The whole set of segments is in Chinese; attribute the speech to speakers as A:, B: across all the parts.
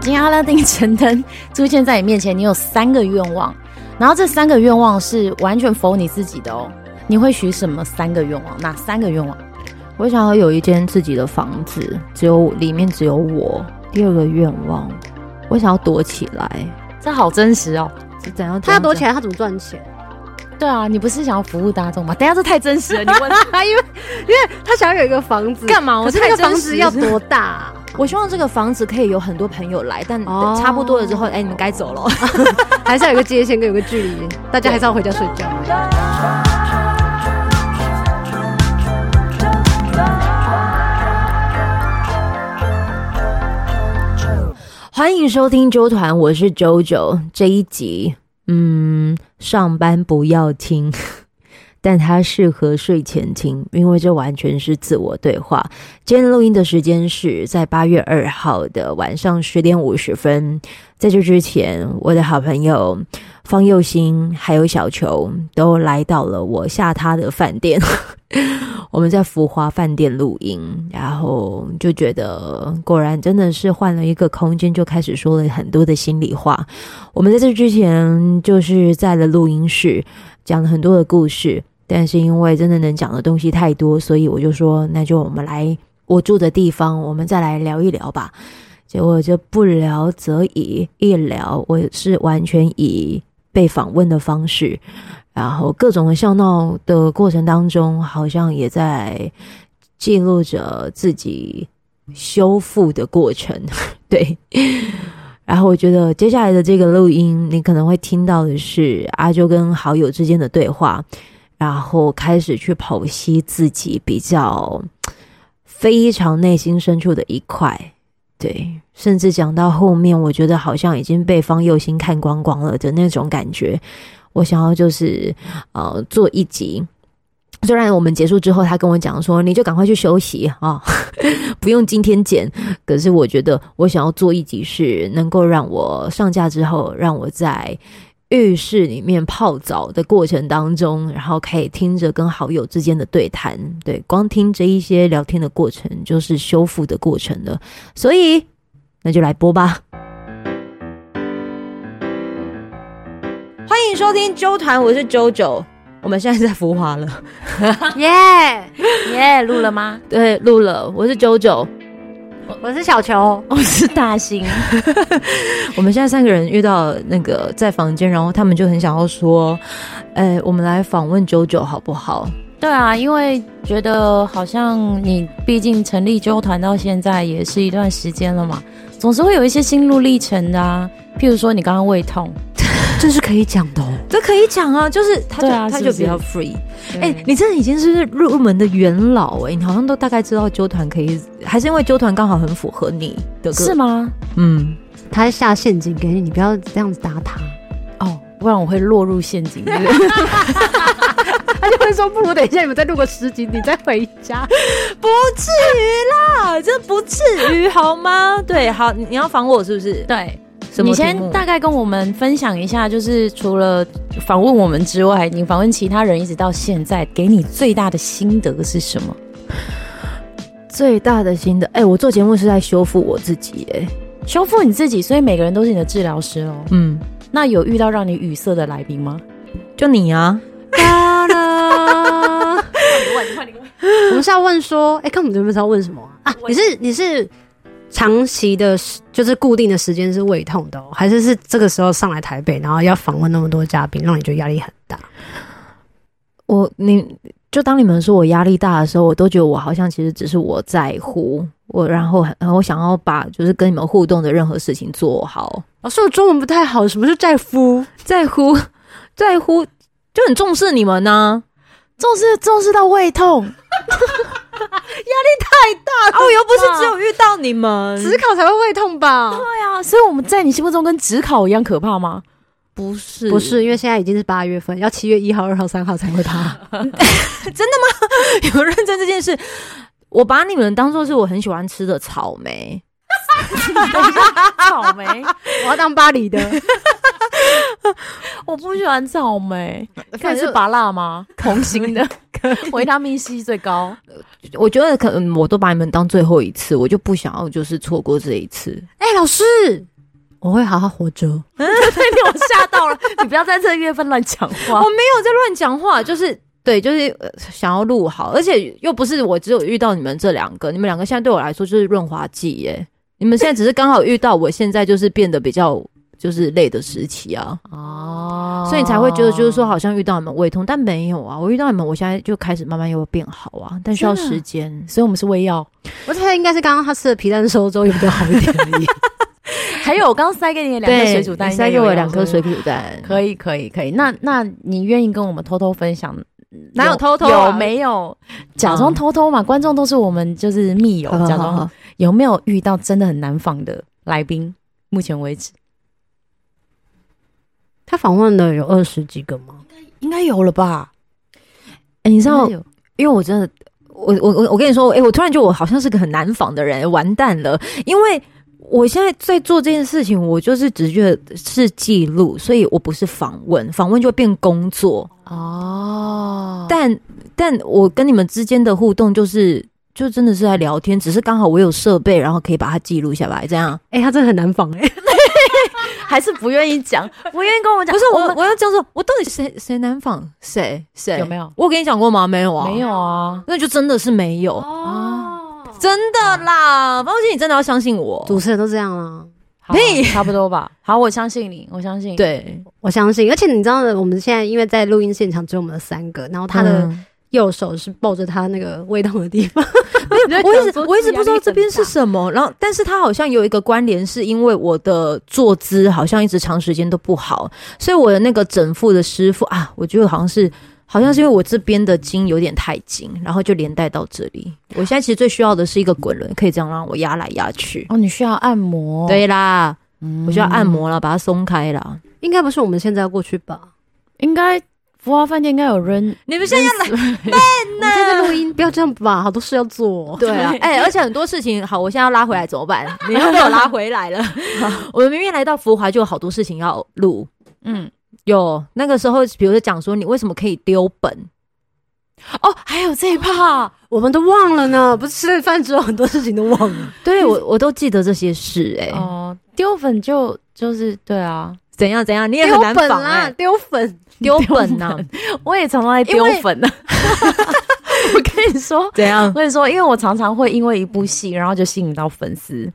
A: 今天阿拉丁神灯出现在你面前，你有三个愿望，然后这三个愿望是完全否你自己的哦。你会许什么三个愿望？哪三个愿望？
B: 我想要有一间自己的房子，只有里面只有我。第二个愿望，我想要躲起来，
A: 这好真实哦。
B: 是怎样？
C: 他要躲起
B: 来，
C: 来，他怎么赚 钱？
A: 对啊，你不是想要服务大众吗？等一下这太真实了，你问
C: 他想要有一个房子，
A: 干嘛？我
C: 可是
A: 太
C: 那个
A: 真
C: 房
A: 实
C: 子要多大啊、
B: 我希望这个房子可以有很多朋友来，但
C: 哦
B: 差不多了之后，哎、你们该走了。
C: 还是要有个界限跟有个距离，大家还是要回家睡觉。
B: 欢迎收听周团，我是周周。这一集，嗯，上班不要听， 但它适合睡前听，因为这完全是自我对话。今天录音的时间是在八月二号的晚上十点五十分。在这之前，我的好朋友方佑兴还有小球都来到了我下榻的饭店。我们在福华饭店录音，然后就觉得果然真的是换了一个空间，就开始说了很多的心里话。我们在这之前就是在了录音室讲了很多的故事，但是因为真的能讲的东西太多，所以我就说那就我们来我住的地方，我们再来聊一聊吧。结果就不聊则已，一聊我是完全以被访问的方式然后各种的笑闹的过程当中，好像也在记录着自己修复的过程， 对。然后我觉得接下来的这个录音，你可能会听到的是阿啾跟好友之间的对话，然后开始去剖析自己比较非常内心深处的一块，对，甚至讲到后面，我觉得好像已经被方佑兴看光光了的那种感觉。我想要就是呃做一集。虽然我们结束之后，他跟我讲说，你就赶快去休息啊、 不用今天剪。可是我觉得，我想要做一集是能够让我上架之后，让我在浴室里面泡澡的过程当中，然后可以听着跟好友之间的对谈，对，光听这一些聊天的过程，就是修复的过程了。所以，那就来播吧。欢迎收听周团，我是周九。我们现在在浮华了，
C: 耶、
A: 耶，录了 吗？
B: 对，录了。我是周九，
C: 我是小球，
A: 我是大兴，
B: 我们现在三个人遇到那个在房间，然后他们就很想要说，哎、我们来访问九九好不好？
A: 对啊，因为觉得好像你毕竟成立纠团到现在也是一段时间了嘛，总是会有一些心路历程的啊。譬如说你刚刚胃痛，
C: 这是可以讲的哦。
B: 这可以讲啊，就是他就、
A: 对啊
B: 他
A: 是
B: 就
A: 不
B: 比较
A: 是
B: free。哎、
A: 哎、
B: 你真的已经是入门的元老哎、你好像都大概知道纠团可以，还是因为纠团刚好很符合你的歌
A: 是吗？
B: 嗯，
C: 他下陷阱给你，你不要这样子打他。
A: 哦，不然我会落入陷阱。对不对
C: 他就会说，不如等一下你们再录个十集，你再回家。
B: 不至于啦，这不至于好吗？对，好，你你要防我是不是？
A: 对，
B: 什
A: 你
B: 么题
A: 先
B: 目
A: 大概跟我们分享一下，就是除了访问我们之外，你访问其他人一直到现在，给你最大的心得是什么？
B: 最大的心得，哎、我做节目是在修复我自己、哎，
A: 修复你自己，所以每个人都是你的治疗师哦。
B: 嗯，
A: 那有遇到让你语塞的来宾吗？
B: 就你啊，
C: 哒啦我们是要问说，哎、看我们这边是要问什么啊？啊你是你是长期的时，就是固定的时间是胃痛的、哦，还是是这个时候上来台北，然后要访问那么多嘉宾，让你觉得压力很大？
B: 我你就当你们说我压力大的时候，我都觉得我好像其实只是我在乎我，然后很我想要把就是跟你们互动的任何事情做好，
C: 老师，我中文不太好，什么是在夫？
B: 在乎在乎，就很重视你们啊呢、
A: 重视重视到胃痛，
B: 啊，我又不是只有遇到你们，
C: 嗯只考才会胃痛吧？
A: 对啊，所以我们在你心目中跟职考一样可怕吗？
B: 不是
C: 不是，因为现在已经是八月份，要七月一号、二号、三号才会 爬。
B: 有认真这件事，我把你们当做是我很喜欢吃的草莓。
A: 草莓，
C: 我要当巴黎 的，
A: 我不喜欢草莓，可
B: 反
A: 以
B: 正
A: 吃拔辣吗？同型 的，维他命 C 最高。
B: 嗯我觉得可能我都把你们当最后一次，我就不想要就是错过这一次。
C: 哎、老师，我会好好活 着。
A: 我吓到了，你不要在这个月份乱讲话
B: 我。没有在乱讲话，就是对，就是、呃想要录好，而且又不是我只有遇到你们这两个，你们两个现在对我来说就是润滑剂耶。你们现在只是刚好遇到，我现在就是变得比较就是累的时期啊，
A: 哦
B: 所以你才会觉得就是说好像遇到你们胃痛，但没有啊，我遇到你们，我现在就开始慢慢又变好啊，但需要
A: 真的
B: 时间。
A: 所以我们是胃药。
C: 我猜应该是刚刚他吃了皮蛋瘦粥也比较好一点而已。
A: 还有我刚塞给你的两颗水煮蛋，
B: 你塞给我两颗水
A: 煮。
B: 煮蛋，
A: 可以可以可以，那那你愿意跟我们偷偷分享？
B: 哪有偷偷啊
A: 有没有假装偷偷嘛？观众都是我们就是密友
B: 好，好
A: 假
B: 好
A: 装
B: 好
A: 有没有遇到真的很难访的来宾？目前为止
C: 他访问了有二十几个吗？
A: 应该有了吧？
B: 哎，你知
A: 应
B: 道
A: 该有
B: 因为我真的，我我我我跟你说，哎、我突然觉得我好像是个很难仿的人，完蛋了，因为。我现在在做这件事情，我就是只觉得是记录，所以我不是访问，访问就会变工作。
A: 哦，
B: 但但我跟你们之间的互动就是，就真的是在聊天，只是刚好我有设备，然后可以把它记录下来，这样。
C: 哎、他真的很难访哎、
A: 还是不愿意讲，不愿意跟我讲。
B: 不是
A: 我
B: 我
A: 们
B: 我要这样说，我到底谁谁难仿谁谁
A: 有没有？
B: 我跟你讲过吗？没有啊，
A: 没，有哦啊，
B: 那就真的是没有，
A: 哦
B: 真的啦，方心，你真的要相信我。
C: 主持人都这样啊，
A: 好啊
B: 屁
A: 差不多吧。好，我相信你，我相信。，
B: 对，
C: 我相信。而且你知道的，我们现在因为在录音现场只有我们三个，然后他的
B: 嗯
C: 右手是抱着他那个胃痛的地方，
B: 没有，我一直
A: 桌子
B: 我一直不知
A: 压
B: 道
A: 力
B: 这边
A: 很
B: 是
A: 大
B: 什么，然后但是它好像有一个关联，是因为我的坐姿好像一直长时间都不好，所以我的那个整复的师傅啊，我觉得好像是好像是因为我这边的筋有点太紧，然后就连带到这里。我现在其实最需要的是一个滚轮，可以这样让我压来压去。
A: 哦，你需要按摩。，嗯
B: 对啦，我需要按
A: 摩。
B: 摩了，把它松开了。
C: 应该不是我们现在要过去吧？
A: 应该福华饭店应该有 人
B: 你们现在要来
C: 我们现在在录音，不要这样吧，好多事要做、
B: 对啊，哎、而且很多事情，好，我现在要拉回来怎么办？ 你又被我拉回来了。我们明明来到福华就有好多事情要录，
A: 嗯，
B: 有那个时候，比如说讲说你为什么可以丢本，
A: 哦，还有这一趴，
C: 我们都忘了呢，不是吃了饭之后很多事情都忘了。
B: 对我我都记得这些事、哎、
A: 哦，丢粉就就是对啊，
B: 怎样怎样，你也
C: 丢
B: 很难
C: 粉
B: 仿
C: 啦，
B: 哎、
C: 丢粉，
B: 丢本啊呐、
A: 我也常常在丢粉啊呢。 我跟你说，
B: 怎样
A: 我？跟你说，因为我常常会因为一部戏，然后就吸引到粉丝，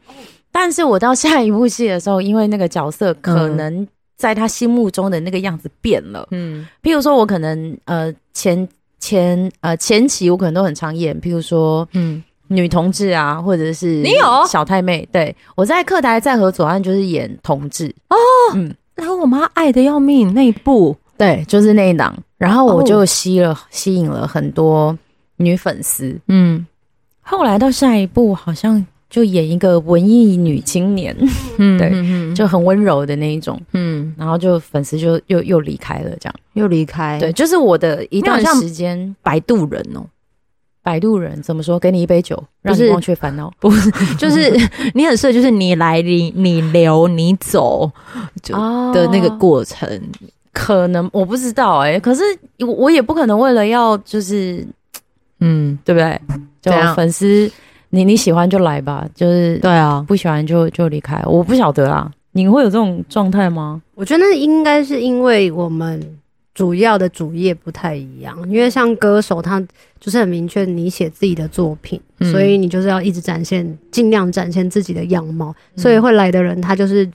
A: 但是我到下一部戏的时候，因为那个角色可
B: 嗯
A: 能在他心目中的那个样子变了。
B: 嗯
A: 譬如说，我可能呃前前呃前期我可能都很常演，譬如说
B: 嗯，
A: 女同志啊，或者是
B: 你有
A: 小太妹，对我在客台在河左岸就是演同志哦，嗯，
B: 然后我妈爱的要命那一部，
A: 对，就是那一档，然后我
B: 哦
A: 就吸了、吸引了很多女粉丝，
B: 嗯
A: 后来到下一步好像就演一个文艺女青年，
B: 嗯
A: 对
B: 嗯 嗯
A: 就很温柔的那一种，
B: 嗯
A: 然后就粉丝就又又离开了，这样，
B: 又离开，
A: 对，，就是我的一
B: 你好
A: 段
B: 像
A: 时间。
B: 摆渡人哦、
A: 摆渡人怎么说？给你一杯酒，让
B: 不
A: 你
B: 是
A: 忘却烦恼。
B: 就是 你很适合，就是你来你你留你走就
A: 哦
B: 的那个过程，
A: 可能我不知道哎、可是我我也不可能为了要就是
B: 嗯，
A: 对不对？就
B: 怎样
A: 粉丝，你你喜欢就来吧，就是
B: 啊对啊，
A: 不喜欢就就离开。我不晓得啦，你会有这种状态吗？
C: 我觉得应该是因为我们主要的主业不太一样，因为像歌手他就是很明确你写自己的作品，
B: 嗯
C: 所以你就是要一直展现，尽量展现自己的样貌，所以会来的人他就是。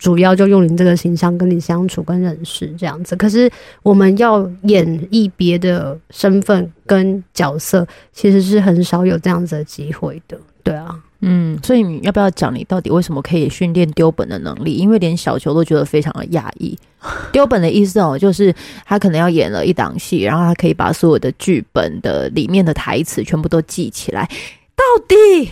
C: 主要就用你这个形象跟你相处跟认识这样子，可是我们要演绎别的身份跟角色，其实是很少有这样子的机会的，对啊。
B: 嗯，所以你要不要讲你到底为什么可以训练丢本的能力？因为连小球都觉得非常的讶 异。丢本的意思哦，就是他可能要演了一档戏，然后他可以把所有的剧本的里面的台词全部都记起来。到底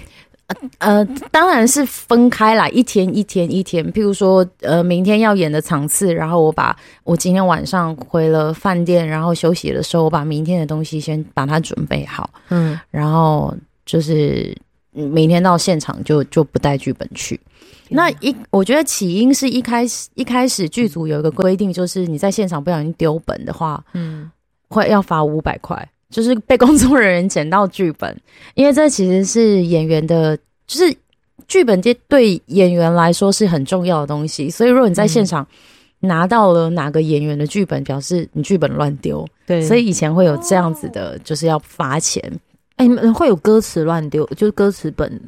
A: 呃，当然是分开来，一天一天一天。譬如说，呃，明天要演的场次，然后我把我今天晚上回了饭店，然后休息的时候，我把明天的东西先把它准备好。
B: 嗯，
A: 然后就是嗯明天到现场就就不带剧本去。那一我觉得起因是一开始一开始剧组有一个规定，就是你在现场不小心丢本的话，
B: 嗯
A: 会要罚五百块，就是 被工作人员捡到剧本，因为这其实是演员的，就是剧本这对演员来说是很重要的东西，所以如果你在现场
B: 嗯
A: 拿到了哪个演员的剧本，表示你剧本乱丢，
B: 对，
A: 所以以前会有这样子的，就是要罚钱。
B: 哎、你们会有歌词乱丢，就是歌词本，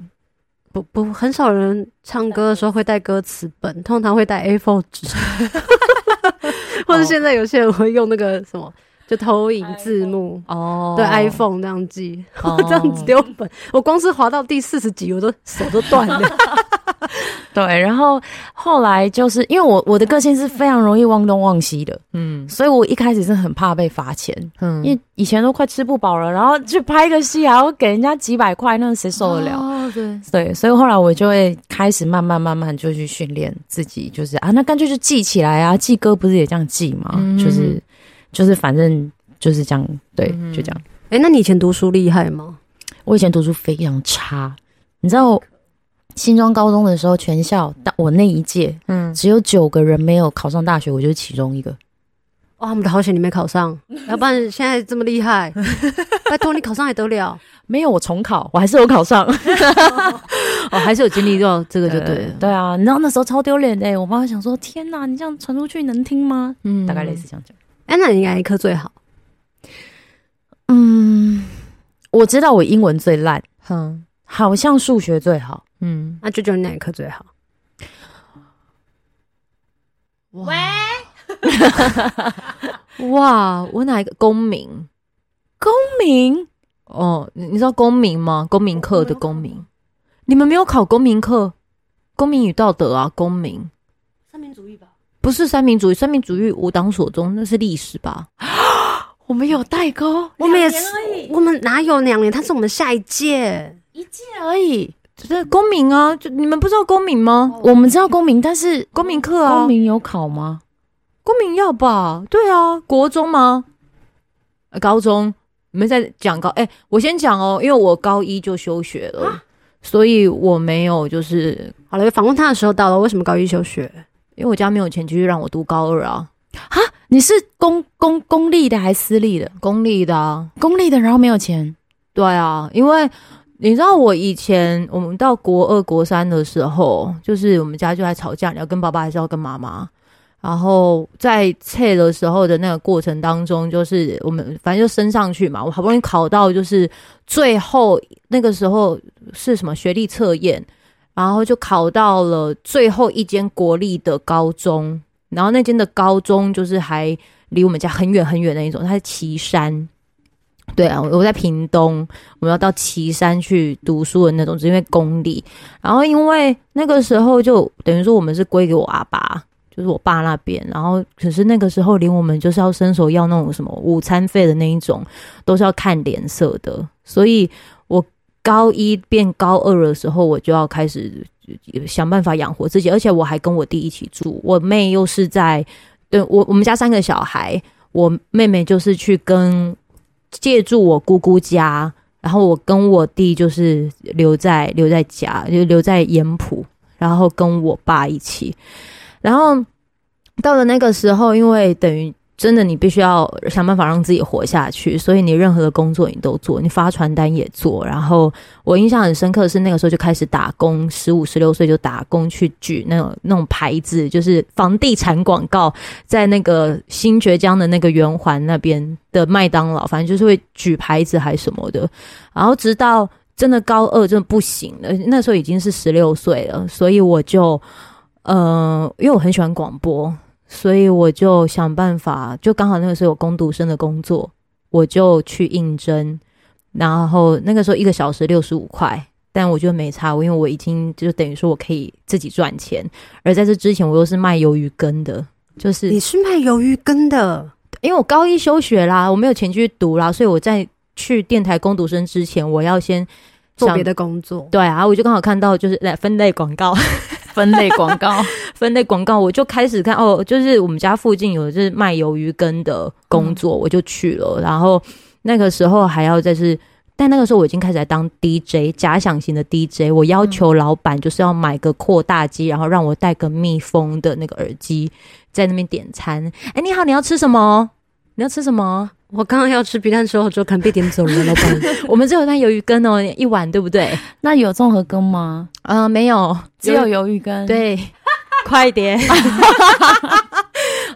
C: 不不，很少人唱歌的时候会带歌词本，通常会带 A4 纸， 或者现在有些人会用那个什么，就投影字幕。
B: 哦
C: 对 iPhone 这样记，
B: 哦
C: 这样子丢本，我光是滑到第四十集，我都 手都断了。
A: 对，然后后来就是因为我我的个性是非常容易忘东忘西的，
B: 嗯
A: 所以我一开始是很怕被罚钱，
B: 嗯
A: 因为以前都快吃不饱了，然后去拍个戏还要给人家几百块，那谁受得了？
B: 哦，对，
A: 对，所以后来我就会开始慢慢慢慢就去训练自己，就是啊，那干脆就记起来啊，记歌不是也这样记吗？
B: 嗯
A: 就是就是反正就是这样，对，
B: 嗯
A: 就这样。
C: 哎、那你以前读书厉害吗？
A: 我以前读书非常差，你知道我新庄高中的时候，全校但我那一届
B: 嗯，
A: 只有九个人没有考上大学，我就是其中一个。
C: 哦，他们的好险你没考上，要不然现在这么厉 害，拜托你考上也得了。
A: 没有，我重考，我还是有考上。
B: 哦，还是有经历到这个就对
A: 对
B: 了，
A: 对啊，你知道那时候超丢脸的、欸我妈想说：“天哪，你这样传出去能听吗？”
B: 嗯
A: 大概类似，这样讲。
C: 哎、那你哪一科最好？
A: 嗯，我知道我英文最烂，
B: 嗯
A: 好像数学最好。
B: 嗯，
C: 那舅啊舅你哪一科最好？
B: 喂，哇，我哪一个公民？
A: 公民
B: 哦，你你知道公民吗？公民课的公民，你们没有考公民课，公民与道德啊，公民
C: 三民主义吧。
B: 不是三民主义，三民主义无党所宗，那是历史吧？
A: 我们有代沟
C: 我们也是，我们哪有两年？他是我们下一届。
A: 一届而已。
B: 这公民啊，就你们不知道公民吗？
C: 哦
A: 我们知道公民，但是
B: 公民课啊，
A: 公民有考吗？
B: 公民要吧？对啊，国中吗？呃高中？你们在讲高？哎、我先讲哦，因为我高一就休学
C: 啊
B: 了，所以我没有就是
C: 好了，访问他的时候到了，为什么高一休学？
B: 因为我家没有钱继续让我读高二啊，
A: 你是公公公立的还是私立的？
B: 公立的啊，
A: 公立的，然后没有钱。
B: 对啊，因为你知道我以前我们到国二、国三的时候，就是我们家就在吵架，你要跟爸爸还是要跟妈妈？然后在测的时候的那个过程当中，就是我们反正就升上去嘛，我好不容易考到就是最后那个时候是什么学历测验，然后就考到了最后一间国立的高中，然后那间的高中就是还离我们家很远很远那一种，它是岐山。对啊，我我在屏东，我们要到岐山去读书的那种，只因为公立。然后因为那个时候就等于说我们是归给我阿爸，就是我爸那边。然后可是那个时候连我们就是要伸手要那种什么午餐费的那一种，都是要看脸色的。所以我高一变高二的时候，我就要开始呃想办法养活自己，而且我还跟我弟一起住，我妹又是在对我我们家三个小孩，我妹妹就是去跟借住我姑姑家，然后我跟我弟就是留在留在家，就留在盐浦，然后跟我爸一起。然后到了那个时候，因为等于真的你必须要想办法让自己活下去，所以你任何的工作你都做，你发传单也做。然后我印象很深刻的是，那个时候就开始打工，十五十六岁就打工去举那种那种牌子，就是房地产广告，在那个新爵江的那个圆环那边的麦当劳，反正就是会举牌子还什么的。然后直到真的高二真的不行了，那时候已经是十六岁了，所以我就，呃，因为我很喜欢广播，所以我就想办法，就刚好那个时候有工读生的工作，我就去应征。然后那个时候一个小时六十五块，但我觉得没差，因为我已经就等于说我可以自己赚钱，而在这之前我又是卖鱿鱼羹的，就是
C: 你是卖鱿鱼羹的，
B: 因为我高一休学啦，我没有钱去读啦，所以我在去电台攻读生之前，我要先
C: 做
B: 想
C: 别。的工作。
B: 对啊，我就刚好看到 就是来分类广告，
A: 分类广告
B: 分类广告，我就开始看哦，就是我们家附近有就是卖鱿鱼羹的工作，我就去了。然后那个时候还要再是，但那个时候我已经开始在当 DJ 假想型的 DJ，我要求老板就是要买个扩大机，然后让我带个密封的那个耳机，在那边点餐。哎，你好，你要吃什么？你要吃什么？
C: 我刚刚要吃皮蛋瘦肉粥，可能被点走了，老板。
B: 我们只有那鱿鱼羹哦，一碗对不对？
A: 那有综合羹吗？
B: 呃，没有，
A: 只有鱿鱼羹。，
B: 对，快 点。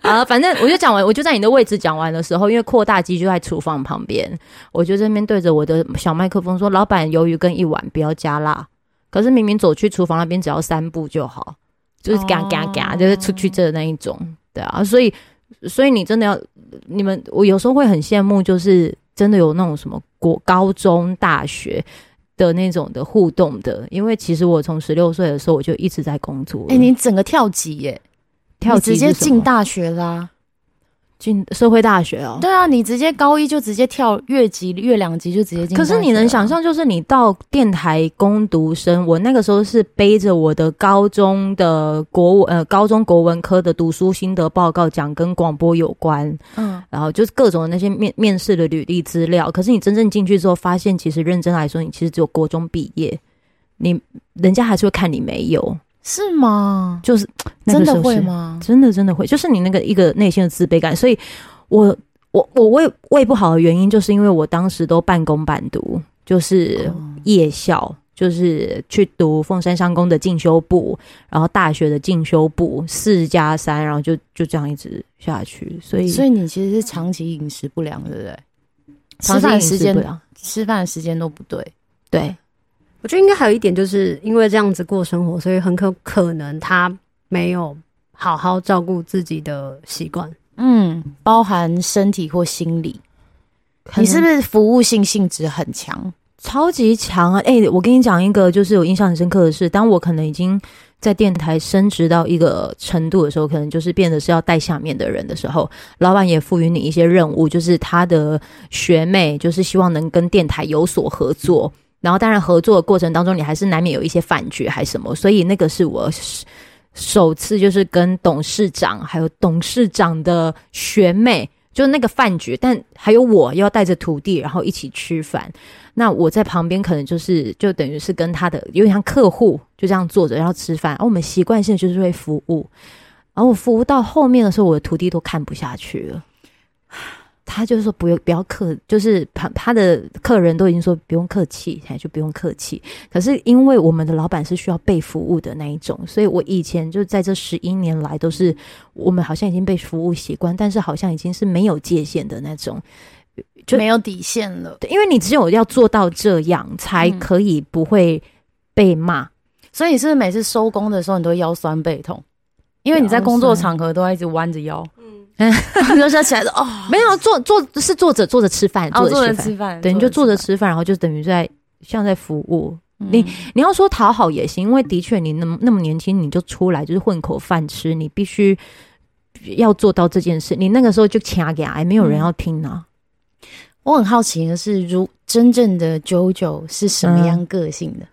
B: 啊，反正我就讲完，我就在你的位置讲完的时候，因为扩大机就在厨房旁边，我就这边对着我的小麦克风说：“老板，鱿鱼跟一碗，不要加辣。”可是明明走去厨房那边只要三步就好，就是嘎嘎嘎，
A: 哦
B: 就是出去这的那一种，对啊，所以所以你真的要你们，我有时候会很羡慕，就是真的有那种什么国高中、大学。的那种的互动的，因为其实我从十六岁的时候我就一直在工作了。
A: 哎、你整个跳级耶、
B: 跳
A: 你
B: 级
A: 直接
B: 是什么
A: 进大学啦。
B: 进社会大学哦。
A: 对啊，你直接高一就直接跳越级、越两级就直接进大
B: 可
A: 学了。
B: 是你能想象，就是你到电台攻读生，我那个时候是背着我的高中的国文呃高中国文科的读书心得报告，讲跟广播有关，
A: 嗯，
B: 然后就是各种的那些面面试的履历资料。可是你真正进去之后，发现其实认真来说，你其实只有国中毕业，你人家还是会看你没有，
A: 是吗？
B: 就是那
A: 真
B: 个时候
A: 的会
B: 是
A: 吗？
B: 真的真的会，就是你那个一个内心的自卑感。所以我我我胃胃不好的原因，就是因为我当时都半工半读，就是
A: 哦
B: 夜校，就是去读凤山商工的进修部，然后大学的进修部四加三，然后就就这样一直下去。所以
A: 所以你其实是长期饮食不良，对不对？
B: 长
A: 吃
B: 期
A: 饭
B: 饮
A: 时
B: 食
A: 间
B: 不良
A: 吃饭时间都不对，
B: 对
C: 我觉得应该还有一点，就是因为这样子过生活，所以很可可能他没有好好照顾自己的习惯。
A: 嗯，包含身体或心理。你是不
B: 是
A: 是服务性性质很强？
B: 超级强啊？哎、我跟你讲一个，就是我印象很深刻的是，当我可能已经。在电台升职到一个程度的时候，可能就是变得是要带下面的人的时候，老板也赋予你一些任务，就是他的学妹，就是希望能跟电台有所合作。然后，当然合作的过程当中，你还是难免有一些饭局还什么，所以那个是我首首次就是跟董事长还有董事长的学妹，就那个饭局，但还有我要带着徒弟，然后一起吃饭。那我在旁边可能就是就等于是跟他的有点像客户，就这样坐着然后吃饭。然后我们习惯性就是会服务，然后我服务到后面的时候，我的徒弟都看不下去了。他就说不用不要客，就是他他的客人都已经说不用客气，现在就不用客气。可是因为我们的老板是需要被服务的那一种，所以我以前就在这十一年来都是我们好像已经被服务习惯，但是好像已经是没有界限的那种。就
A: 没有底线了，
B: 对，因为你只有要做到这样，才
A: 嗯
B: 可以不会被骂。
A: 所以你是不是每次收工的时候你都腰酸背痛？因为你在工作
B: 腰酸
A: 场合都要一直弯着腰，
C: 嗯，
A: 就是起来说哦，
B: 没有坐坐是坐着坐着吃饭，
A: 哦，
B: 坐
A: 坐着
B: 着吃饭，
A: 吃饭，
B: 对，你就坐着
A: 着
B: 吃饭，然后就等于在像在服务。
A: 你
B: 你要说讨好也行，因为的确你那么那么年轻，你就出来就是混口饭吃，你必须要做到这件事。你那个时候就掐给哎，没有人要听啊。
A: 我很好奇的是，如真正的 JoJo 是什么样个性的？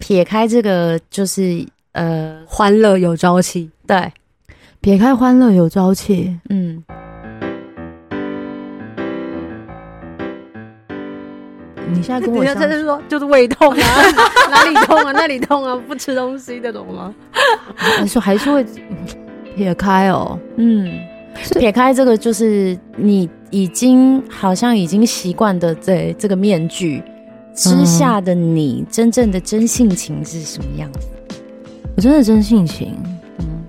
A: 撇开这个，就是呃，
C: 欢乐有朝气。
A: 对，
B: 撇开欢乐有朝气，
A: 嗯，
B: 你现在跟我
C: 人家
B: 相处
C: 在这说就是胃痛啊， 哪里痛啊，那里痛啊，不吃东西的懂吗？
B: 还是还是会 嗯撇开哦。
A: 嗯，
B: 是
A: 撇开这个，就是你已经好像已经习惯的在这个面具之下的你，真正的真性情是什么样子？
B: 我真的真性情。
A: 嗯，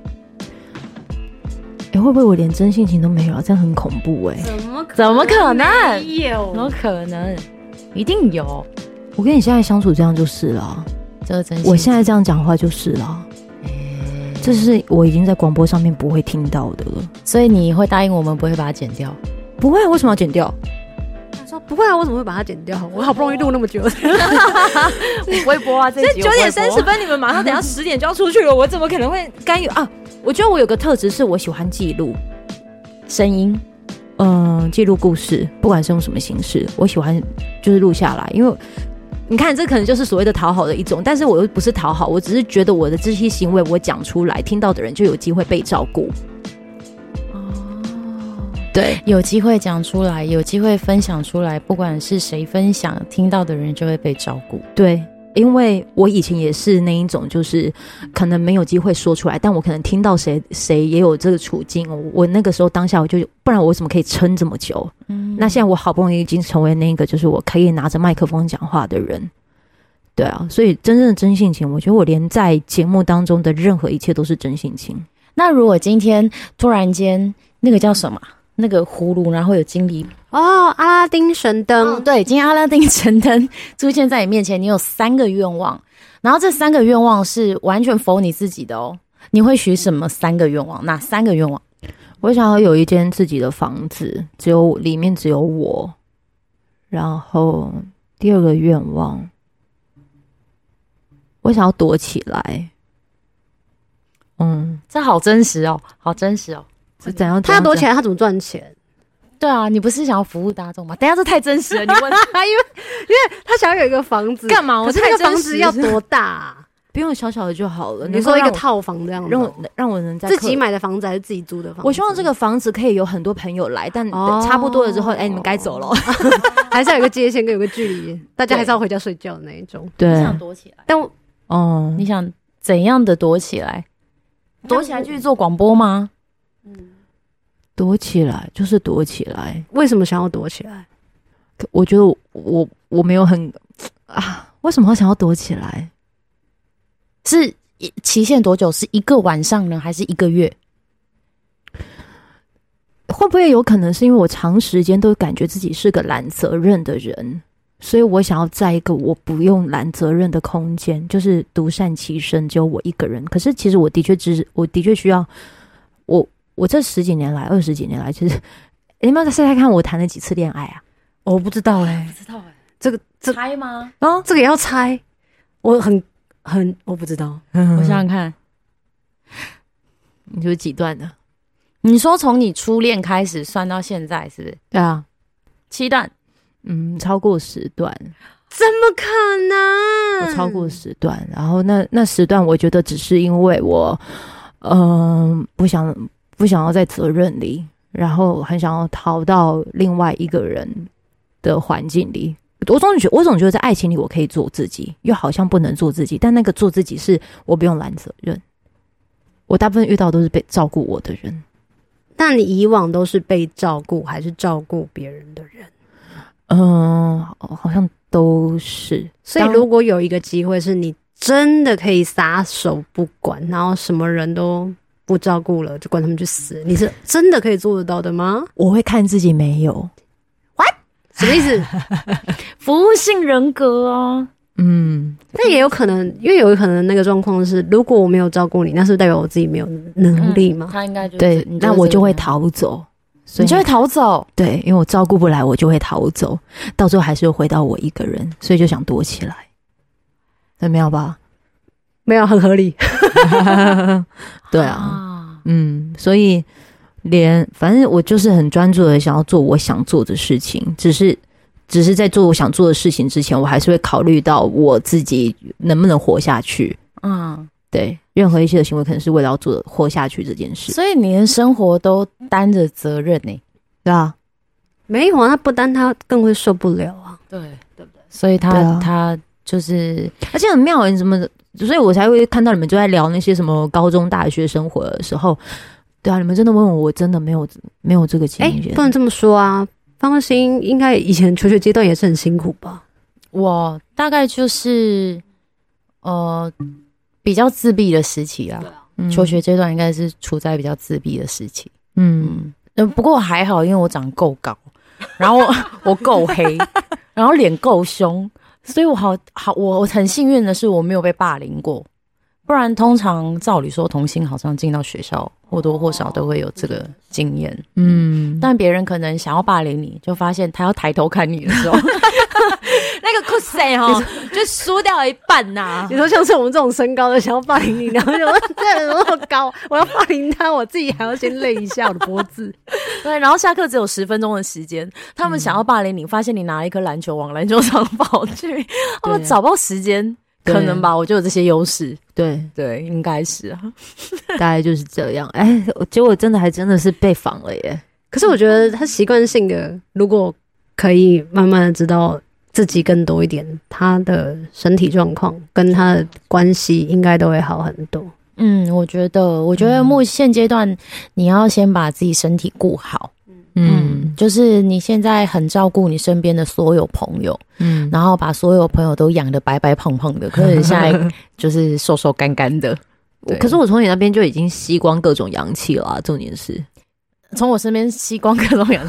B: 哎、会不会我连真性情都没有啊？这样很恐怖哎、
C: 怎么可哎
A: 怎么可能？怎么
C: 有？
A: 可能？一定有，
B: 我跟你现在相处这样就是了，
A: 这个真性情。嗯
B: 我现在这样讲话就是了，这是我已经在广播上面不会听到的了。
A: 所以你会答应我们不会把它剪掉？
B: 不会，为什么要剪掉？
C: 他说不会啊，我怎么会把它剪掉？我好不容易录那么久，
A: 微博啊，这
B: 这九点三十分，你们马上等下十点就要出去了，我怎么可能会干预啊？我觉得我有个特质是我喜欢记录，
A: 声音，
B: 嗯，记录故事，不管是用什么形式，我喜欢就是录下来，因为你看，这可能就是所谓的讨好的一种，但是我又不是讨好，我只是觉得我的这些行为我讲出来，听到的人就有机会被照顾。对，
A: 有机会讲出来，有机会分享出来，不管是谁分享，听到的人就会被照顾。
B: 对，因为我以前也是那一种，就是可能没有机会说出来，但我可能听到谁谁也有这个处境，我我那个时候当下我就，不然我为什么可以撑这么久？
A: 嗯
B: 那现在我好不容易已经成为那个，就是我可以拿着麦克风讲话的人，对啊，所以真正的真性情，我觉得我连在节目当中的任何一切都是真性情。
A: 那如果今天突然间那个叫什么那个葫芦，然后有精灵，
C: 哦，阿拉丁神灯，
A: 哦对，今天阿拉丁神灯出现在你面前，你有三个愿望，然后这三个愿望是完全否你自己的哦。你会许什么三个愿望？哪三个愿望？
B: 我想要有一间自己的房子，只有里面只有我。然后第二个愿望，我想要躲起来。嗯，
A: 这好真实哦，好真实哦。
B: 这怎样？
C: 他要躲起
B: 来，
C: 来，他怎么赚 钱？
A: 对啊，你不是想要服务大众吗？等一下这太真实了，你问
C: 他想要有一个房子，
A: 嘛
C: 可是那个房子要多大 啊？
B: 不用小小的就好了。
C: 你说一个
B: 能够
C: 套房这样子
B: 让
C: 哦，
B: 我，让我让我能在
C: 自
B: 客
C: 己买的房子还是自己租的房子？
B: 我希 望这个房子可以有很多朋友来，但
C: 哦
B: 差不多了之后，哎、你们该走了。
C: 还是要有个界限跟有个距离，大家还是要回家睡觉的那一 种。
A: 你
B: 对
A: 想躲起来，
C: 但我
B: 哦
A: 你想怎样的躲起来？躲起来继续做广播吗？
B: 躲起来就是躲起来。
C: 为什么想要躲起来？
B: 可我觉得我我我没有很啊，为什么我想要躲起来？
A: 是一期限多久？是一个晚上呢，还是一个月？
B: 会不会有可能是因为我长时间都感觉自己是个揽责任的人，所以我想要在一个我不用揽责任的空间，就是独善其身，只有我一个人。可是其实我的确只是，我的确需要我我这十几年来，二十几年来，其实你们猜猜看，我谈了几次恋爱 啊？
C: 我不知道哎，
A: 知道哎，
C: 这个这
A: 猜吗？
B: 哦，
C: 这个也要猜，啊我很很我不知道，
A: 我
B: 我
A: 想
B: 想
A: 想看，
B: 你说几段呢？
A: 你说从你初恋开始算到现在，是不是
B: 对啊，
A: 七段？
B: 嗯，超过十段。
C: 怎么可能？
B: 我
A: 嗯
B: 超过十段，然后那那十段，我觉得只是因为我，嗯、不想不想要在责任里，然后很想要逃到另外一个人的环境里。我总觉我总觉得在爱情里我可以做自己，又好像不能做自己，但那个做自己是我不用揽责任。我大部分遇到都是被照顾我的人，
C: 那你以往都是被照顾还是照顾别人的人？
B: 嗯、好好像都是。
C: 所以
B: 当
C: 如果有一个机会是你真的可以撒手不管，然后什么人都不照顾了，就管他们去死，你是真的可以做得到的 吗？
B: 我会看自己没有，
C: 什么意思？
A: 服务性人格哦，
B: 嗯，
C: 但也有可能，因为有可能那个状况是，如果我没有照顾你，那是不是代表我自己没有能力嘛？
A: 他应该就是
B: 对，那我就会，
A: 是
B: 逃走，
A: 这个
B: 所以
A: 你就会逃走。
B: 对，因为我照顾不来，我就会逃走，到最后还是回到我一个人，所以就想躲起来，很妙吧？
C: 没有，很合理。
B: 对啊，嗯，所以连反正我就是很专注的想要做我想做的事情，只是只是在做我想做的事情之前，我还是会考虑到我自己能不能活下去。
A: 啊，嗯，
B: 对，任何一些的行为可能是为了要做活下去这件事，
A: 所以你的生活都担着责任欸呢、
B: 对啊，
C: 没有啊，他不单他更会受不了啊。
A: 对对不对？所以他、
B: 对啊
A: 他就是
B: 而且很妙，你怎么，所以我才会看到你们就在聊那些什么高中、大学生活的时候，对啊，你们真的问我，我真的没有没有这个经
C: 哎、
B: 验，
C: 不能这么说啊。方心应该以前求学阶段也是很辛苦吧？
A: 我大概就是呃比较自闭的时期啦。
B: 嗯
A: 求，学阶段应该是处在比较自闭的时期。
B: 嗯，
A: 嗯，呃不过还好，因为我长够高，然后我我够黑，然后脸够凶，所以我好好我我很幸运的是我没有被霸凌过，不然通常照理说同性好像进到学校或多或少都会有这个经验，
B: 嗯，
A: 但别人可能想要霸凌你，就发现他要抬头看你的时候，
B: 那个酷谁哦，就输掉一半呐
C: 你说像是我们这种身高的想要霸凌你，然后就 说这人那么高，我要霸凌他，我自己还要先勒一下我的脖子。
A: 对，然后下课只有十分钟的时间，他们想要霸凌你，发现你拿了一颗篮球往篮球场跑去，他们
B: 对
A: 找不到时间，
B: 对
A: 可能吧，我就有这些优势，
B: 对，
A: 对，应该是啊。
B: 大概就是这样。哎，我结果真的还真的是被防了耶。
C: 可是我觉得他习惯性的，如果可以慢慢的知道自己更多一点，他的身体状况跟他的关系应该都会好很多。
A: 嗯，我觉得，我觉得目现阶段，你要先把自己身体顾好。嗯
B: 嗯，
A: 就是你现在很照顾你身边的所有朋友，
B: 嗯，
A: 然后把所有朋友都养得白白胖胖的，可是你现在 就是瘦瘦干干的。对
B: 可是我从你那边就已经吸光各种阳气了啊、重点是，
A: 从我身边吸光各种养，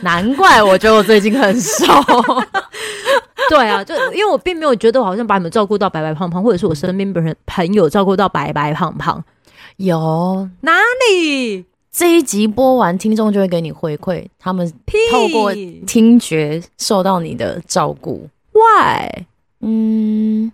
A: 难怪我觉得我最近很瘦。
B: 对啊，就因为我并没有觉得我好像把你们照顾到白白胖胖，或者是我身边人朋友照顾到白白胖胖。
A: 有
B: 你
A: 这一集播完，听众就会给你回馈，他们
B: 屁
A: 透过听觉受到你的照顾。
B: why？
A: 嗯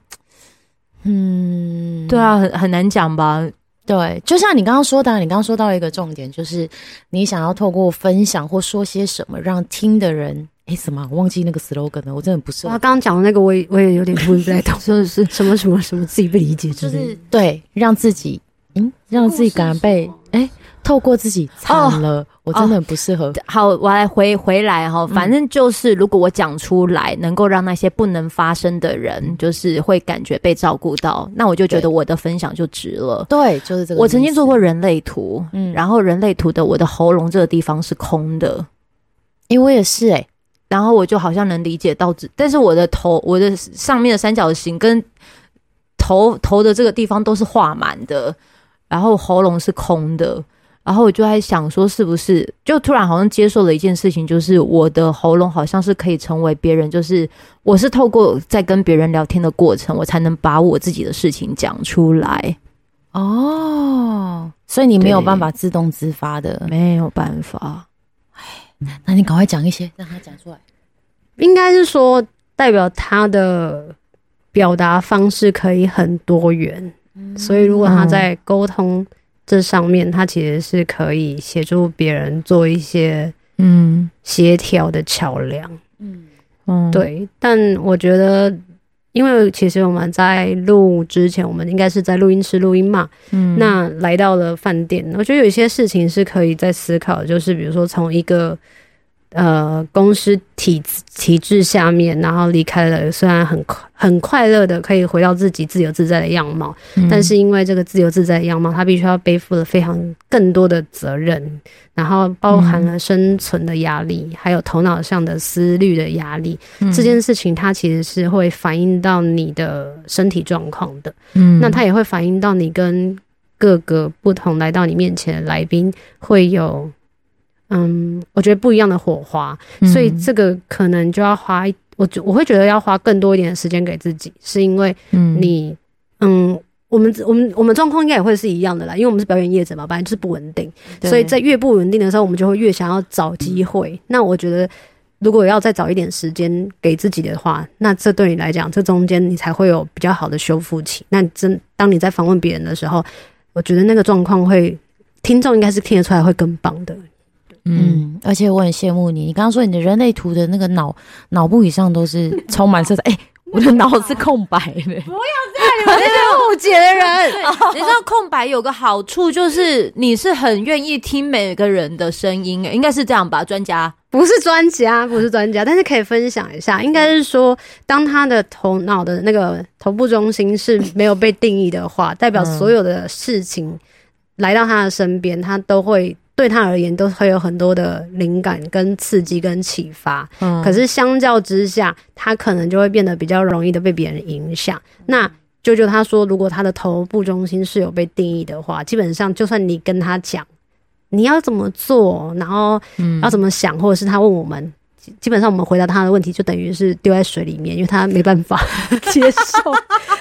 A: 嗯，
B: 对啊，很很难讲吧？
A: 对，就像你刚刚说的啊，你刚刚说到一个重点，就是你想要透过分享或说些什么，让听的人，哎，怎么啊我忘记那个 slogan 了？我真的不是
C: 我，刚刚讲的那个，我也我也有点不太 懂，
B: 真的是
C: 什么什么什么自己不理解之
A: 就
C: 类的，
A: 是对，让自己，嗯，让自己感被，哎，透过哦自己惨了，我真的很不适合。
B: 好，我来回回来
A: 嗯
B: 哈、反正就是如果我讲出来，能够让那些不能发声的人，就是会感觉被照顾到，那我就觉
A: 嗯对
B: 得我的分享就值了。
A: 对，就是这个意思。
B: 我曾经做过人类图，
A: 嗯
B: 然后人类图的我的喉咙这个地方是空的，
A: 诶，我也是、诶，
B: 然后我就好像能理解到，只但是我的头，我的上面的三角形跟头头的这个地方都是画满的，然后喉咙是空的，然后我就在想说，是不是就突然好像接受了一件事情，就是我的喉咙好像是可以成为别人，就是我是透过在跟别人聊天的过程，我才能把我自己的事情讲出来，
A: 哦，所以你没有
B: 对
A: 办法自动自发的，
B: 没有办法。
A: 那你赶快讲一些，让他讲出来。
C: 应该是说代表他的表达方式可以很多元，所以如果他在沟通这上面，他其实是可以协助别人做一些
B: 嗯
C: 协调的桥梁。
A: 嗯，
B: 嗯，
C: 对，但我觉得，因为其实我们在录之前，我们应该是在录音室录音嘛。
B: 嗯
C: 那来到了饭店，我觉得有一些事情是可以在思考的，就是比如说从一个呃公司体制体制下面，然后离开了，虽然很快很快乐的可以回到自己自由自在的样貌，
B: 嗯
C: 但是因为这个自由自在的样貌，他必须要背负了非常更多的责任，然后包含了生存的压力，还有头脑上的思虑的压力。
B: 嗯
C: 这件事情它其实是会反映到你的身体状况的，
B: 嗯
C: 那它也会反映到你跟各个不同来到你面前的来宾会有，嗯，我觉得不一样的火花，
B: 嗯
C: 所以这个可能就要花一，我就我会觉得要花更多一点的时间给自己，是因为
B: 嗯
C: 你，嗯。我们我们我们状况应该也会是一样的啦，因为我们是表演业者嘛，本来就是不稳定，所以在越不稳定的时候，我们就会越想要找机会。那我觉得，如果要再找一点时间给自己的话，那这对你来讲，这中间你才会有比较好的修复期。那你真当你在访问别人的时候，我觉得那个状况会，听众应该是听得出来会更棒的。
A: 嗯，而且我很羡慕你。你刚刚说你的人类图的那个脑脑部以上都是充 满色彩，哎、我的脑是空白的。
B: 误解的人。你知道空白有个好处就是你是很愿意听每个人的声音，应该是这样吧，专家。
C: 不是专家，不是专家，但是可以分享一下。应该是说，当他的头脑的那个头部中心是没有被定义的话，代表所有的事情来到他的身边，他都会对他而言都会有很多的灵感、跟刺激、跟启发。
B: 嗯
C: 可是相较之下，他可能就会变得比较容易的被别人影响。那舅舅他说，如果他的头部中心是有被定义的话，基本上就算你跟他讲你要怎么做，然后要怎么想，或者是他问我们，基基本上我们回答他的问题就等于是丢在水里面，因为他没办法接受。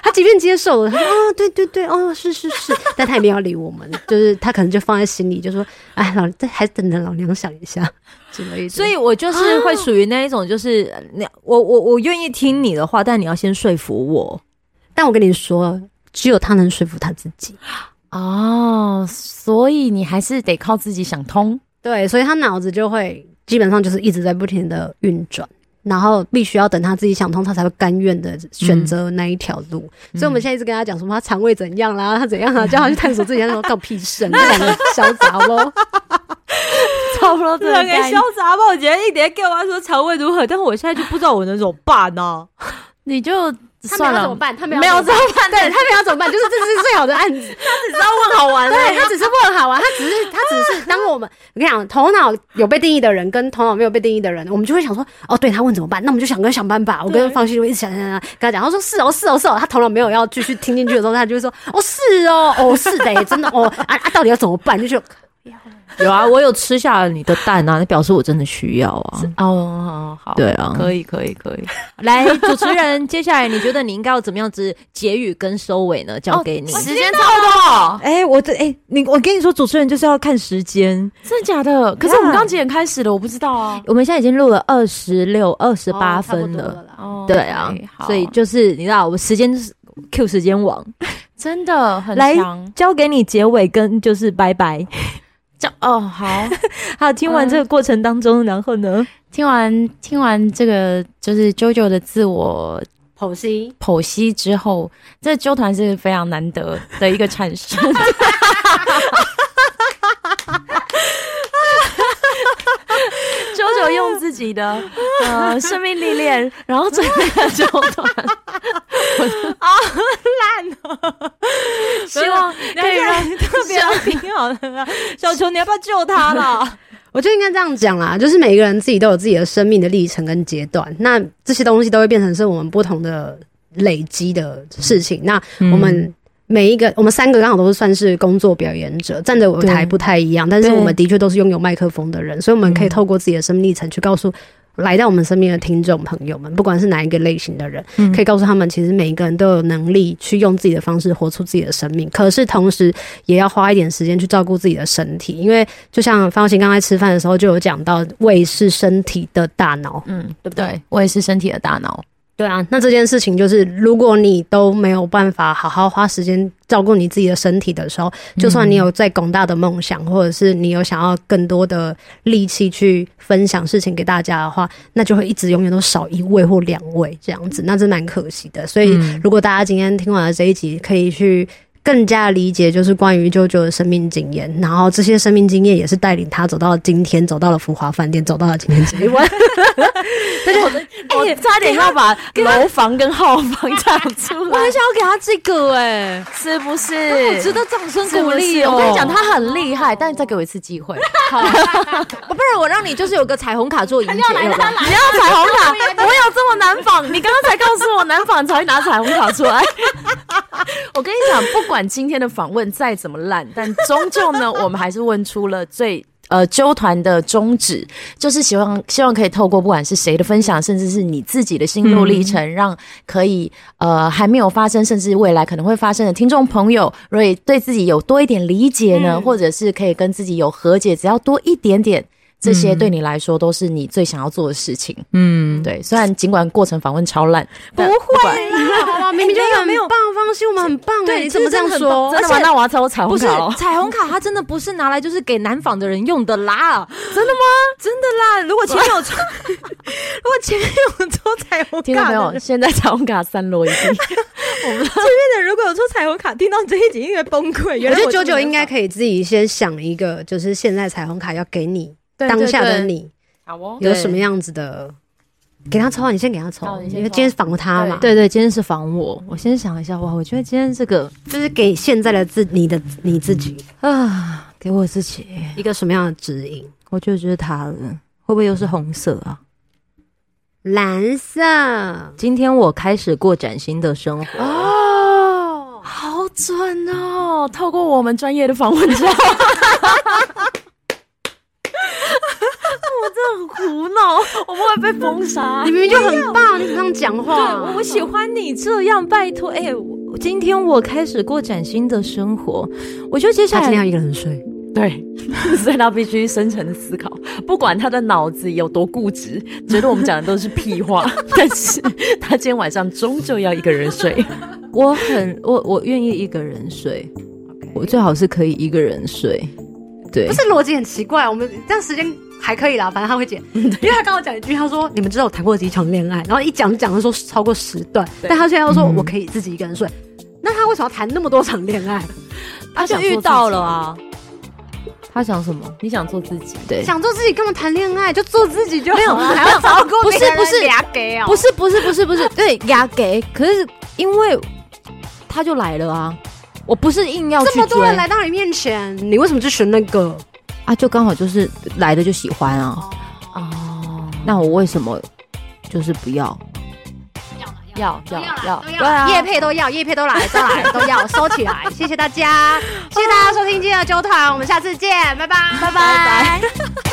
C: 他即便接受了，他说哦，对对对，哦，是是是，但他也没有理我们，就是他可能就放在心里，就说，哎，老这还等着老娘想一下之类的。
B: 所以我就是
D: 啊
B: 会属于那一种，就是呃你我我我愿意听你的话，但你要先说服我。
C: 但我跟你说，只有他能说服他自己。
A: 哦，所以你还是得靠自己想通。
C: 对，所以他脑子就会基本上就是一直在不停的运转，然后必须要等他自己想通，他才会甘愿的选择那一条路。所以我们现在一直跟他讲什么他肠胃怎样 啦，他怎样啊，叫他去探索自己，他说干我屁事啊，你这两个小杂喽。
B: 差不多这个
D: 整个
B: 概
D: 小
B: 念。
D: 杂包，我觉得一点给我说肠胃如何，但我现在就不知道我能怎么办啊 呢、
B: 你就
C: 他们
B: 算
C: 要怎么
B: 了，
C: 办？他们
A: 没有
C: 怎么办？对他们要怎么办？就是这是最好的案子。
D: 你知道问好玩
C: 对他只是问好玩，啊他只是他只是当我们我跟你讲，头脑有被定义的人跟头脑没有被定义的人，我们就会想说，哦，对他问怎么办？那我们就想跟想办法。我跟方心就一直想想想，跟他讲，他说是哦是哦是哦，他头脑没有要继续听进去的时候，他就会说，哦是哦哦是的耶，真的哦啊啊，到底要怎么办？就就
B: 有啊，我有吃下你的蛋啊，那表示我真的需要啊。
A: 哦哦，好，
B: 对啊，
D: 可以可以可以，
B: 来，主持人，接下来你觉得你应该要怎么样子结语跟收尾呢？交给你。
A: 时间差不多，
D: 哦哎、我这哎、你我跟你说，主持人就是要看时间，
A: 真的假的？可是我们
D: Yeah
A: 刚几点开始的？我不知道啊。
B: 我们现在已经录了二十六、二十八
C: 哦差不
B: 分
C: 多
B: 了，
C: 了啦。
A: 哦
B: 对啊
A: OK，，好
B: 所以就是你知道，我时间 Q 时间网
A: 真的很
B: 来
A: 强。
B: 交给你结尾跟就是拜拜。
A: 这哦，好，
B: 好，听完这个过程当中，然后呢，
A: 听完听完这个就是 JoJo 的自我
C: 剖析，
A: 剖析之后，这纠团是非常难得的一个产生。九九用自己的呃生命历练，然后整个纠团，啊，烂哦！
D: 哦
A: 希望
D: 那
A: 可以让
D: 特别要听好了。小球，你要不要救他啦？
C: 我就应该这样讲啦，就是每一个人自己都有自己的生命的历程跟阶段，那这些东西都会变成是我们不同的累积的事情。那
A: 嗯
C: 嗯我们每一个，我们三个刚好都是算是工作表演者，站的舞台
A: 对
C: 不太一样，但是
A: 对嗯
C: 我们的确都是拥有麦克风的人，所以我们可以透过自己的生命历程去告诉。来到我们身边的听众朋友们，不管是哪一个类型的人，
A: 嗯
C: 可以告诉他们，其实每一个人都有能力去用自己的方式活出自己的生命。可是同时，也要花一点时间去照顾自己的身体，因为就像方形刚才吃饭的时候就有讲到，胃是身体的大脑，
A: 嗯，
C: 对不对？
A: 对我也是身体的大脑，
C: 对啊，那这件事情就是，如果你都没有办法好好花时间照顾你自己的身体的时候，就算你有再广大的梦想，或者是你有想要更多的力气去分享事情给大家的话，那就会一直永远都少一位或两位这样子，那真蛮可惜的。所以，如果大家今天听完了这一集，可以去。更加理解就是关于舅舅的生命经验，然后这些生命经验也是带领他走到今天，走到了福华饭店，走到了今天这一晚。
D: 我差点要把
A: 楼房哎跟 号房讲出
B: 我
A: 来
B: 很，想要给他这个哎，
A: 是不是？
B: 值得掌声
A: 是
B: 鼓
A: 不
B: 励
A: 是？
B: 哦。
A: 我跟你讲，他很厉害，但再给我一次机 会。
B: 不然我让你就是有个彩虹卡做迎接，有吗
A: 你要彩虹卡，我有这么难仿？你刚刚才告诉我难仿才会拿彩虹卡出来。 我跟你讲，不管今天的访问再怎么烂，但终究呢，我们还是问出了最。呃，纠团的宗旨就是希望希望可以透过不管是谁的分享，甚至是你自己的心路历程，让可以呃还没有发生，甚至未来可能会发生的听众朋友，如果对自己有多一点理解呢，或者是可以跟自己有和解，只要多一点点，这些对你来说都是你最想要做的事情。
B: 嗯，
A: 对，虽然尽管过程访问超烂，不会，
B: 哎
C: 好
B: 啊
C: 吧，明明就很棒，方心，我们很棒哎、
B: 对
C: 你怎么这样
B: 这真的很棒？
C: 说
A: 真的
B: 而
A: 吗？
B: 且
A: 那我要抽彩虹
B: 不是
A: 卡喽。
B: 彩虹卡，它真的不是拿来就是给南纺的人用的啦。
D: 真的啦！如果前面有 抽，如果前面有抽彩虹
A: 听到
D: 卡
A: 没
D: 的
A: 有？
D: 人，
A: 现在彩虹卡散落一地。
D: 真的如果有抽彩虹卡，听到这一集应该崩溃。原
C: 我
D: 来
C: 觉得
D: 是
C: 九九
D: 没
C: 应该
D: 有
C: 可以自己先想一个，就是现在彩虹卡要给你
A: 对
C: 当下的，你
A: 好哦。
C: 有什么样子的，给他抽啊，你先给他抽
A: 好，你先抽
C: 因为今天访他嘛，，
B: 对对，今天是防我，我先想一下，哇，我觉得今天这个
C: 就是给现在的自你的你自己
B: 啊，给我自己，
C: 一个什么样的指引？
B: 我就觉得它了，会不会又是红色啊？
C: 蓝色
B: 今天我开始过崭新的生活，
C: 哦，
A: 好准哦！透过我们专业的访问之后，我哦真的很胡闹，我们会被封杀
C: 你。明明就很棒，你怎么这样讲话
B: 我？我喜欢你这样，拜托，哎、我今天我开始过崭新的生活，我觉得接
C: 他
B: 下
C: 今天要
B: 来
C: 一个人睡，
A: 对，所以他必须深层的思考，不管他的脑子有多固执，觉得我们讲的都是屁 话，但是他今天晚上终究要一个人睡。
B: 我很我我愿意一个人睡我最好是可以一个人睡，对
C: 不，是逻辑很奇怪，我们这样时间还可以啦，反正他会 剪，因为他刚我讲一句，他说你们知道我谈过几场恋爱，然后一讲讲的说超过十段，但他现在又说我可以自己一个人睡，
B: 嗯
C: 那他为什么要谈那么多场恋爱？
B: 他就
C: 想
B: 遇
C: 做自己
B: 到了啊，他想什么？
A: 你想做自己，
B: 对，
C: 想做自己干嘛谈恋爱？就做自己就好
B: 没有没有
C: 了，还要照顾
B: 不是不是
C: 俩给啊
B: 不是不是不是不 是，对牙给，可是因为他就来了啊，我不是硬要
C: 这
B: 去
C: 么多
B: 追
C: 人来到你面前，你为什么就选那个？
B: 啊，就刚好就是来的就喜欢啊，
A: 哦，
B: 那我为什么就是不要？
A: 要要
B: 啊
A: 要，
C: 都要，叶配都要，叶配都来，都来，都要收起来。 谢谢大家，谢谢大家收听今天的纠团，我们下次见，拜拜，拜拜。